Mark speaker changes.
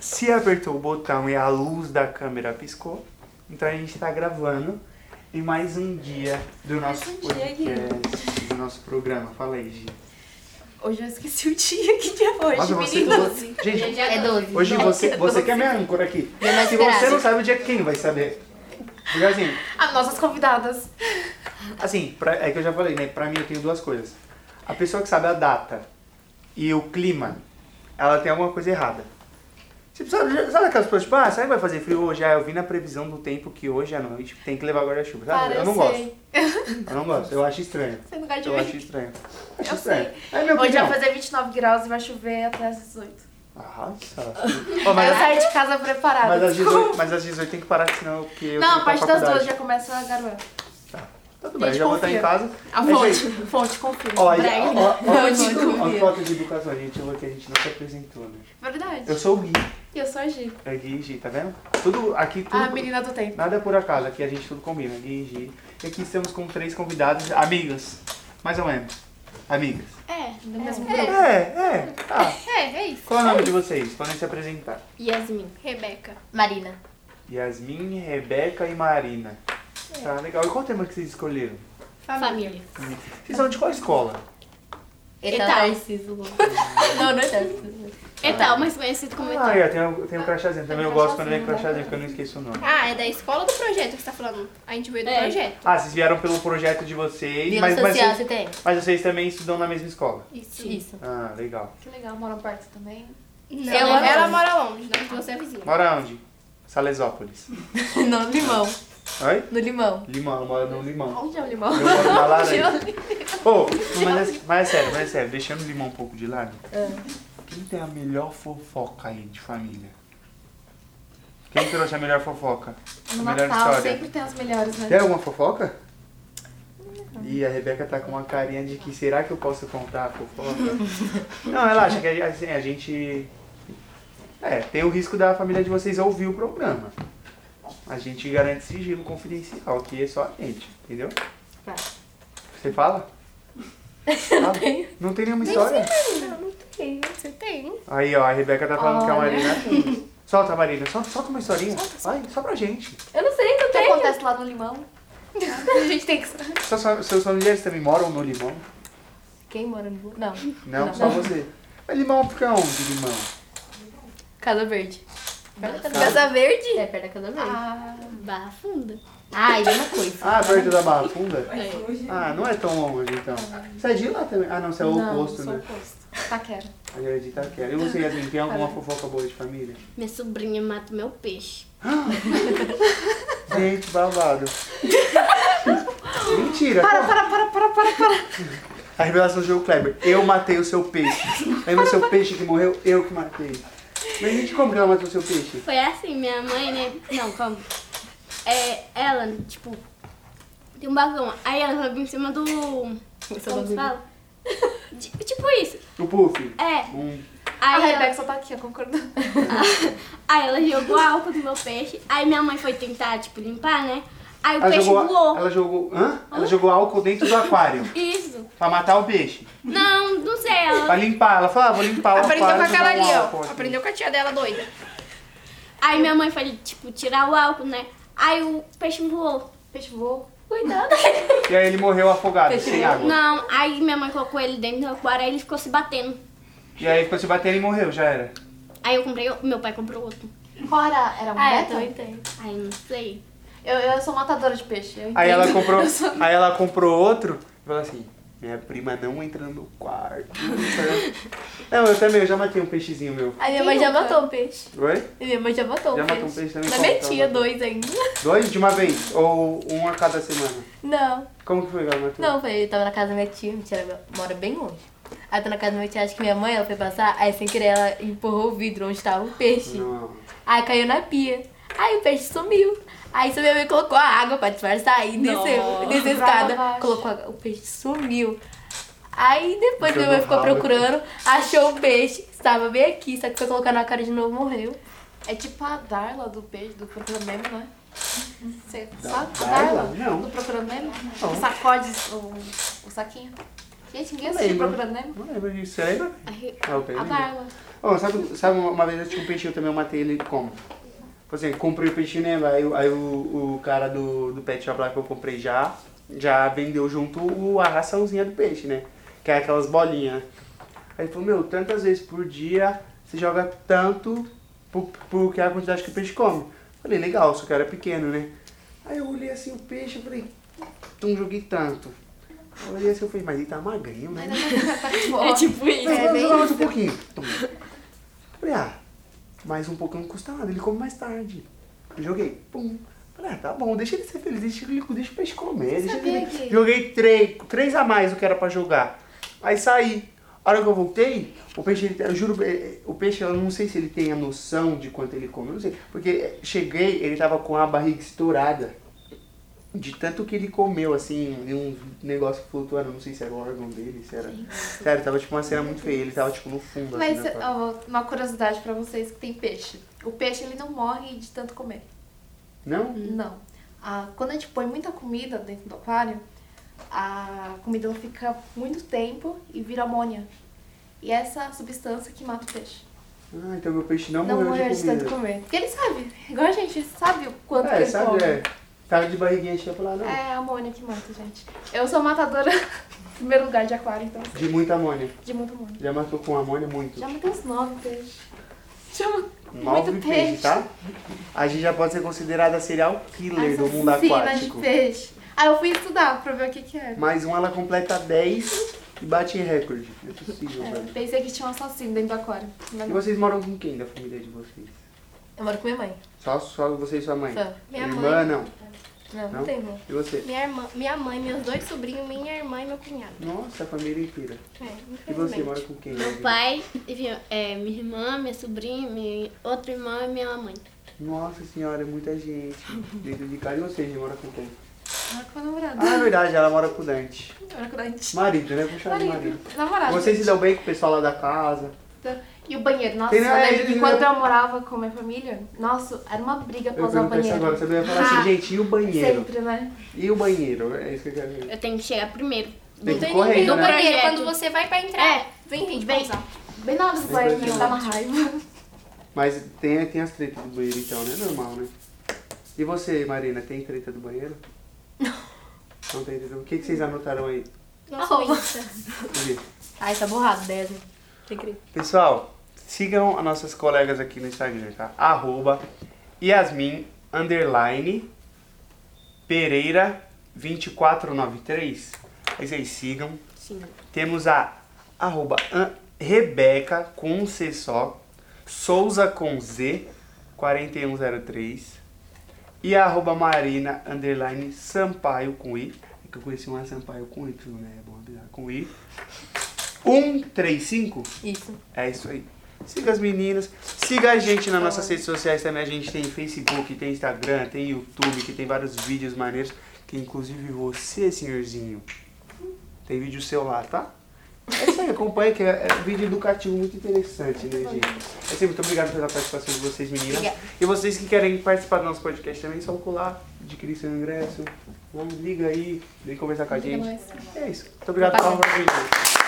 Speaker 1: se apertou o botão e a luz da câmera piscou. Então a gente tá gravando. E mais um dia do
Speaker 2: Mais
Speaker 1: nosso
Speaker 2: um dia,
Speaker 1: podcast, do nosso programa. Fala aí, Gi.
Speaker 3: Hoje eu esqueci o dia, que dia é hoje,
Speaker 1: Nossa, você
Speaker 3: menina?
Speaker 1: colocou- Gente,
Speaker 2: É 12.
Speaker 1: hoje
Speaker 3: Não,
Speaker 1: você,
Speaker 3: dia
Speaker 1: você
Speaker 3: doze.
Speaker 1: que é minha âncora aqui.
Speaker 2: Dia mais
Speaker 1: Se você
Speaker 2: esperado.
Speaker 1: não sabe o dia, quem vai saber? Porque assim,
Speaker 3: As nossas convidadas.
Speaker 1: Assim, pra- é que eu já falei, né? Pra mim eu tenho duas coisas. A pessoa que sabe a data e o clima, ela tem alguma coisa errada. Tipo, sabe, sabe aquelas pessoas, tipo, ah, será que vai fazer frio hoje? Ah, eu vi na previsão do tempo que hoje à noite tem que levar guarda-chuva. Sabe? Eu não gosto.
Speaker 3: sei.
Speaker 1: Eu não gosto. Eu acho estranho.
Speaker 3: Você não gosta de
Speaker 1: Eu
Speaker 3: ver.
Speaker 1: acho estranho. Acho
Speaker 3: Eu
Speaker 1: estranho. É meu
Speaker 3: Hoje
Speaker 1: opinião.
Speaker 3: vai fazer 29 graus e vai chover até às 18.
Speaker 1: Nossa. Ó,
Speaker 3: Aí eu
Speaker 1: mas,
Speaker 3: saio de casa preparada.
Speaker 1: mas, às
Speaker 3: desculpa.
Speaker 1: 18, mas às 18 tem que parar, senão porque eu
Speaker 3: Não,
Speaker 1: tenho
Speaker 3: a
Speaker 1: que
Speaker 3: partir
Speaker 1: ir pra
Speaker 3: das duas
Speaker 1: faculdade.
Speaker 3: já começa a garoar.
Speaker 1: Tudo bem,
Speaker 3: Gente,
Speaker 1: já vou estar em
Speaker 3: confia.
Speaker 1: casa.
Speaker 3: A
Speaker 1: Mas,
Speaker 3: fonte.
Speaker 1: gente,
Speaker 3: Fonte, confia.
Speaker 1: Ó, aí,
Speaker 3: Brega.
Speaker 1: ó, ó,
Speaker 3: Fonte,
Speaker 1: ó, ó, a
Speaker 3: confia.
Speaker 1: foto de educação, gente, o que a gente não se apresentou, né?
Speaker 3: Verdade.
Speaker 1: Eu sou o Gui.
Speaker 3: E eu sou a Gi.
Speaker 1: É Gui e Gi, tá vendo? Tudo aqui, tudo.
Speaker 3: A menina do tempo.
Speaker 1: Nada é por acaso, aqui a gente tudo combina, Gui e Gi. E aqui estamos com três convidados, amigos. Mais ou menos. Amigas.
Speaker 2: É, do mesmo
Speaker 1: É,
Speaker 2: grupo.
Speaker 1: é. Tá.
Speaker 2: É, é isso.
Speaker 1: Qual é o nome de vocês? Podem se apresentar.
Speaker 2: Yasmin.
Speaker 3: Rebeca.
Speaker 2: Marina.
Speaker 1: Yasmin, Rebeca e Marina. Tá legal. E qual tema que vocês escolheram?
Speaker 2: Família.
Speaker 1: Vocês são de qual escola?
Speaker 2: Etal. Tarcísio. não, não é Tarcísio.
Speaker 4: Etal, mais conhecido como
Speaker 1: ah,
Speaker 4: Etal.
Speaker 1: eu tenho, eu tenho crachazinho. Também eu gosto quando vem crachazinho, né? porque eu não esqueço o nome.
Speaker 4: Ah, é da escola do projeto que você tá falando. A gente veio do
Speaker 3: É.
Speaker 4: projeto.
Speaker 1: Ah, vocês vieram pelo projeto de vocês,
Speaker 2: Vila
Speaker 1: mas, mas,
Speaker 2: social
Speaker 1: vocês,
Speaker 2: você tem?
Speaker 1: mas vocês também estudam na mesma escola.
Speaker 4: Isso.
Speaker 2: Isso.
Speaker 1: Ah, legal.
Speaker 3: Que legal, moram perto também.
Speaker 4: Não,
Speaker 2: Eu
Speaker 4: ela,
Speaker 2: moro longe.
Speaker 4: mora longe, né? Você é vizinha.
Speaker 1: Mora onde? Salesópolis.
Speaker 2: não, no limão.
Speaker 1: Oi?
Speaker 2: No limão.
Speaker 1: Limão, eu moro no limão.
Speaker 3: Onde é o limão?
Speaker 1: Eu moro na laranja. Ô, mas, é, mas é sério, mas é sério, deixando o limão um pouco de lado. Quem tem a melhor fofoca aí de família? Quem trouxe a melhor fofoca?
Speaker 3: No
Speaker 1: a melhor
Speaker 3: Natal
Speaker 1: história?
Speaker 3: sempre tem as melhores, né?
Speaker 1: Tem alguma fofoca? E a Rebeca tá com uma carinha de que será que eu posso contar a fofoca? Não, relaxa, que a- assim, a gente. É, tem o risco da família de vocês ouvir o programa. A gente garante sigilo confidencial, que é só a gente, entendeu?
Speaker 2: Tá.
Speaker 1: Você fala? Fala. Não tem nenhuma história?
Speaker 4: Não, não tem. Você tem?
Speaker 1: Aí, ó, a Rebeca tá falando que a
Speaker 3: Olha.
Speaker 1: Marina. assim. Solta, Marina, solta, solta uma historinha. Vai, só pra gente.
Speaker 3: Eu não sei, não tem. O que acontece lá no limão?
Speaker 2: A gente tem que.
Speaker 1: Seus, seus familiares também moram no limão?
Speaker 2: Quem mora no. Não.
Speaker 1: Não,
Speaker 2: Não.
Speaker 1: só você. Mas limão fica onde, limão?
Speaker 2: Casa Verde.
Speaker 4: Casa Verde?
Speaker 2: É, perto da Casa Verde.
Speaker 3: Ah,
Speaker 4: Barra Funda.
Speaker 2: Ah, e uma coisa.
Speaker 1: Ah, perto da Barra Funda?
Speaker 2: É.
Speaker 1: Ah, não é tão longe então. Você é de lá também? Ah, não, você é o oposto, né?
Speaker 3: taquera.
Speaker 1: A galera de Itaquera. E você, Yasmin, tem alguma fofoca boa de família?
Speaker 4: Minha sobrinha mata meu peixe.
Speaker 1: Gente, babado. Mentira.
Speaker 3: Para,
Speaker 1: tá?
Speaker 3: para, para, para, para, para.
Speaker 1: A revelação do jogo Kleber. Eu matei o seu peixe. Lembra o seu peixe que morreu? Eu que matei. Mas, gente, como que ela matou o seu peixe?
Speaker 4: Foi assim, minha mãe, né? Não, calma. É, ela, tipo, tem um bagão. Aí ela vai vir em cima do. Como se fala? De- tipo isso.
Speaker 1: O Puff.
Speaker 4: É.
Speaker 1: Um.
Speaker 3: A
Speaker 2: Ah,
Speaker 4: Aí,
Speaker 3: Rebeca
Speaker 4: ela,
Speaker 3: só tá aqui, ó, concordando.
Speaker 4: aí ela jogou álcool no meu peixe. Aí minha mãe foi tentar, tipo, limpar, né? Aí o
Speaker 1: Ela
Speaker 4: peixe voou.
Speaker 1: jogou, ela jogou. Hã? Ela jogou álcool dentro do aquário.
Speaker 4: Isso.
Speaker 1: Pra matar o peixe.
Speaker 4: Não, não sei ela.
Speaker 1: Pra limpar. Ela falou, ah, vou limpar o
Speaker 4: Aprendeu
Speaker 1: aquário.
Speaker 4: com aquela
Speaker 1: jogar
Speaker 4: ali,
Speaker 1: um
Speaker 4: ó.
Speaker 1: álcool aqui.
Speaker 4: Aprendeu com a tia dela doida. Aí minha mãe foi, tipo, tirar o álcool, né? Aí o peixe voou.
Speaker 3: Peixe voou.
Speaker 4: Cuidado.
Speaker 1: E aí ele morreu afogado, sem água.
Speaker 4: Não, aí minha mãe colocou ele dentro do aquário, aí ele ficou se batendo.
Speaker 1: E aí ficou se batendo e morreu, já era.
Speaker 4: Aí eu comprei, o- meu pai comprou outro.
Speaker 3: Qual era? Era
Speaker 4: Ah,
Speaker 3: um
Speaker 4: é,
Speaker 3: beta?
Speaker 2: tenho.
Speaker 4: Aí eu não sei.
Speaker 3: Eu, eu sou matadora de peixe. Eu
Speaker 1: Aí ela
Speaker 3: entendo.
Speaker 1: comprou,
Speaker 3: Eu sou-
Speaker 1: aí ela comprou outro e falou assim: "Minha prima não entra no quarto". não, eu também, eu já matei um peixezinho meu.
Speaker 2: A minha mãe já
Speaker 3: nunca?
Speaker 2: matou um peixe.
Speaker 1: Oi?
Speaker 2: A minha mãe já matou
Speaker 1: Já
Speaker 2: um
Speaker 1: matou um
Speaker 2: peixe.
Speaker 1: peixe também?
Speaker 2: Da
Speaker 1: Qual
Speaker 2: minha
Speaker 1: que ela
Speaker 2: tia,
Speaker 1: matou?
Speaker 2: dois ainda.
Speaker 1: Dois de uma vez ou um a cada semana?
Speaker 2: Não.
Speaker 1: Como que foi que ela matou?
Speaker 2: Não, foi, eu tava na casa da minha tia, minha tia mora bem longe. Aí eu tô na casa da minha tia, acho que minha mãe, ela foi passar, aí sem querer ela empurrou o vidro onde tava o peixe.
Speaker 1: Não.
Speaker 2: Aí caiu na pia. Aí o peixe sumiu. Aí sua minha mãe colocou a água pra disfarçar e desceu,
Speaker 3: Nossa.
Speaker 2: desceu a
Speaker 3: Pra baixo.
Speaker 2: escada. Colocou a... O peixe sumiu. Aí depois minha mãe
Speaker 1: Jogou
Speaker 2: ficou
Speaker 1: ralo.
Speaker 2: procurando, achou o peixe, estava bem aqui, só que foi colocar na cara de novo morreu.
Speaker 3: É tipo a Darla do peixe, do Procurando Nemo, né? Você sabe a
Speaker 1: Darla?
Speaker 3: Darla?
Speaker 1: Não.
Speaker 3: Do Procurando Nemo? Sacode o, o saquinho. Gente, ninguém assistiu
Speaker 1: lembro.
Speaker 3: Procurando Nemo?
Speaker 1: Não lembro disso, você lembra? É o
Speaker 4: A
Speaker 1: Pedro.
Speaker 4: Darla.
Speaker 1: Ô, sabe, sabe uma uma vez eu tinha um peixinho também, eu matei ele como? Tipo Assim, comprei o peixinho, né? Aí, o- aí o, o cara do, do pet shop lá que eu comprei já, já vendeu junto o, a raçãozinha do peixe, né? Que é aquelas bolinhas. Aí ele falou, meu, tantas vezes por dia, você joga tanto por, por que é a quantidade que o peixe come. Falei, legal, só que era pequeno, né? Aí eu olhei assim o peixe e falei, não joguei tanto. Eu olhei assim, eu falei, mas ele tá magrinho, né?
Speaker 3: tá
Speaker 4: É tipo isso.
Speaker 1: Mas vamos
Speaker 2: bem
Speaker 1: jogar mais um pouquinho. Toma. Falei, ah, mais um pouquinho não custa nada, ele come mais tarde. Joguei, pum. Falei, ah, tá bom, deixa ele ser feliz, deixa, ele, deixa o peixe comer. Deixa
Speaker 3: Sabia
Speaker 1: ele...
Speaker 3: que-
Speaker 1: Joguei três, três a mais do que era pra jogar. Aí saí. A hora que eu voltei, o peixe, ele- eu juro, é, é, o peixe, eu não sei se ele tem a noção de quanto ele come, eu não sei. Porque é, cheguei, ele tava com a barriga estourada. De tanto que ele comeu, assim, e um negócio flutuando, não sei se era o órgão dele, se era. Sério, tava tipo uma cena muito feia, ele tava tipo no fundo.
Speaker 3: Mas
Speaker 1: assim, né, cara?
Speaker 3: ó, uma curiosidade pra vocês que tem peixe. O peixe ele não morre de tanto comer.
Speaker 1: Não?
Speaker 3: Não. Ah, quando a gente põe muita comida dentro do aquário, a comida ela fica muito tempo e vira amônia. E essa é a substância que mata o peixe.
Speaker 1: Ah, então meu peixe não,
Speaker 3: Não
Speaker 1: morreu
Speaker 3: morre de
Speaker 1: de comida.
Speaker 3: tanto comer. Porque ele sabe, igual a gente, ele sabe o quanto que
Speaker 1: é,
Speaker 3: ele
Speaker 1: sabe,
Speaker 3: come.
Speaker 1: é. Tava de barriguinha cheia, falar, não.
Speaker 3: É a amônia que mata, gente. Eu sou matadora em primeiro lugar de aquário, então
Speaker 1: De muita amônia.
Speaker 3: de muito amônia.
Speaker 1: Já matou com amônia muito.
Speaker 3: Já matei uns nove peixes. Já matei
Speaker 1: Nove
Speaker 3: muito
Speaker 1: peixes, tá? A gente já pode ser considerada serial killer do mundo aquático.
Speaker 3: de peixe. Aí eu fui estudar pra ver o que que era.
Speaker 1: Mais um, ela completa 10 e bate recorde. É possível,
Speaker 3: É,
Speaker 1: velho.
Speaker 3: pensei que tinha um assassino dentro do aquário.
Speaker 1: E
Speaker 3: Mas não.
Speaker 1: vocês moram com quem da família de vocês?
Speaker 2: Eu moro com minha mãe.
Speaker 1: Só, só você e sua mãe?
Speaker 2: Só.
Speaker 1: Minha irmã, não.
Speaker 2: Não, não,
Speaker 1: Não?
Speaker 2: tem né? irmão.
Speaker 1: E você?
Speaker 5: Minha, irmã, minha mãe, meus dois sobrinhos, minha irmã e meu cunhado.
Speaker 1: Nossa, a família inteira.
Speaker 5: É,
Speaker 1: E você
Speaker 5: infelizmente.
Speaker 1: mora com quem?
Speaker 4: Meu pai, enfim, é, minha irmã, minha sobrinha, minha outra irmã e minha mãe.
Speaker 1: Nossa senhora, é muita gente. Dentro de casa, e você gente mora com quem?
Speaker 3: Agora com o namorado.
Speaker 1: Ah, é verdade, ela mora com o Dante.
Speaker 3: Agora com o Dante.
Speaker 1: Marido, né? Vou chamar de marido.
Speaker 3: Marido, namorado. Tá.
Speaker 1: Vocês se dão bem com o pessoal lá da casa?
Speaker 3: E o banheiro, nossa,
Speaker 1: Tem-
Speaker 3: eu
Speaker 1: é,
Speaker 3: lembro
Speaker 1: eles-
Speaker 3: que quando eu morava com a minha família, nossa, era uma briga pra
Speaker 1: Eu
Speaker 3: usar o
Speaker 1: perguntei isso
Speaker 3: banheiro.
Speaker 1: agora, você vai falar assim,
Speaker 3: Ah,
Speaker 1: gente, e o banheiro?
Speaker 3: Sempre, né?
Speaker 1: E o banheiro? É isso que eu quero ver.
Speaker 4: Eu tenho que chegar primeiro.
Speaker 1: Tem que ir
Speaker 5: ninguém
Speaker 1: correndo,
Speaker 5: no
Speaker 1: né?
Speaker 5: banheiro
Speaker 4: Projeto.
Speaker 5: quando você vai pra entrar.
Speaker 4: É.
Speaker 5: Vem, gente,
Speaker 4: Vem.
Speaker 5: vem. Usar.
Speaker 3: Bem na hora do
Speaker 1: Sempre
Speaker 3: banheiro,
Speaker 1: tem
Speaker 3: né? Dá uma raiva.
Speaker 1: Mas tem, tem as tretas do banheiro então, né? Normal, né? E você, Marina, tem treta do banheiro? Não. Não tem treta. O que, que vocês anotaram aí?
Speaker 5: Nossa, Melissa.
Speaker 1: Vamos ver.
Speaker 2: Ai, tá borrado, 10. né? Tem que crer.
Speaker 1: Pessoal, sigam as nossas colegas aqui no Instagram, tá? Arroba Yasmin, underline, Pereira, 2493. É Aí vocês sigam.
Speaker 4: Sim.
Speaker 1: Temos a arroba an- Rebeca, com um C só, Souza com Z, 4103. E a arroba Marina, underline, Sampaio, com I. É que eu conheci uma Sampaio com Y, né? É bom avisar, com I. 135.
Speaker 2: Isso.
Speaker 1: É isso aí. Siga as meninas. Siga a gente nas nossas redes sociais também. A gente tem Facebook, tem Instagram, tem YouTube, que tem vários vídeos maneiros. Que inclusive você, senhorzinho, tem vídeo seu lá, tá? É isso aí, acompanha que é, é vídeo educativo muito interessante, né, gente? É sempre muito obrigado pela participação de vocês, meninas. E vocês que querem participar do nosso podcast também, é só colar, adquirir seu ingresso. Não, liga aí, vem conversar com a gente. É isso. Muito obrigado pela audiência.